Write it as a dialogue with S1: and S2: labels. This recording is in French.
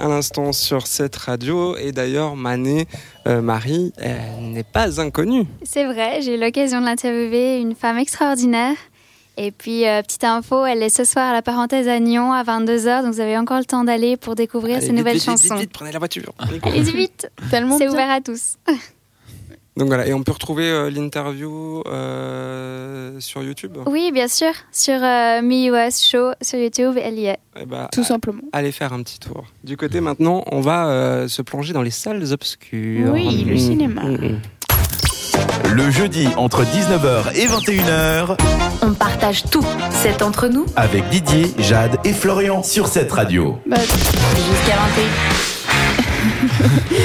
S1: l'instant sur cette radio. Et d'ailleurs, Mané, euh, Marie, elle n'est pas inconnue.
S2: C'est vrai, j'ai eu l'occasion de l'interviewer, une femme extraordinaire. Et puis, euh, petite info, elle est ce soir à la parenthèse à Nyon à 22h, donc vous avez encore le temps d'aller pour découvrir
S1: Allez,
S2: ses
S1: vite,
S2: nouvelles
S1: vite, vite,
S2: chansons.
S1: Vite, vite, prenez la voiture.
S2: Allez-y vite,
S3: Tellement
S2: c'est
S3: bien.
S2: ouvert à tous.
S1: Donc voilà, et on peut retrouver euh, l'interview euh, sur YouTube.
S2: Oui, bien sûr, sur euh, MIUS Show sur YouTube, elle y est.
S1: Eh ben,
S3: Tout simplement.
S1: Allez faire un petit tour. Du côté maintenant, on va euh, se plonger dans les salles obscures.
S3: Oui, le
S1: Mm,
S3: cinéma.
S1: mm, mm.
S4: Le jeudi entre 19h et 21h
S5: On partage tout. C'est entre nous
S4: avec Didier, Jade et Florian sur cette radio.
S3: Bah,
S5: jusqu'à 21.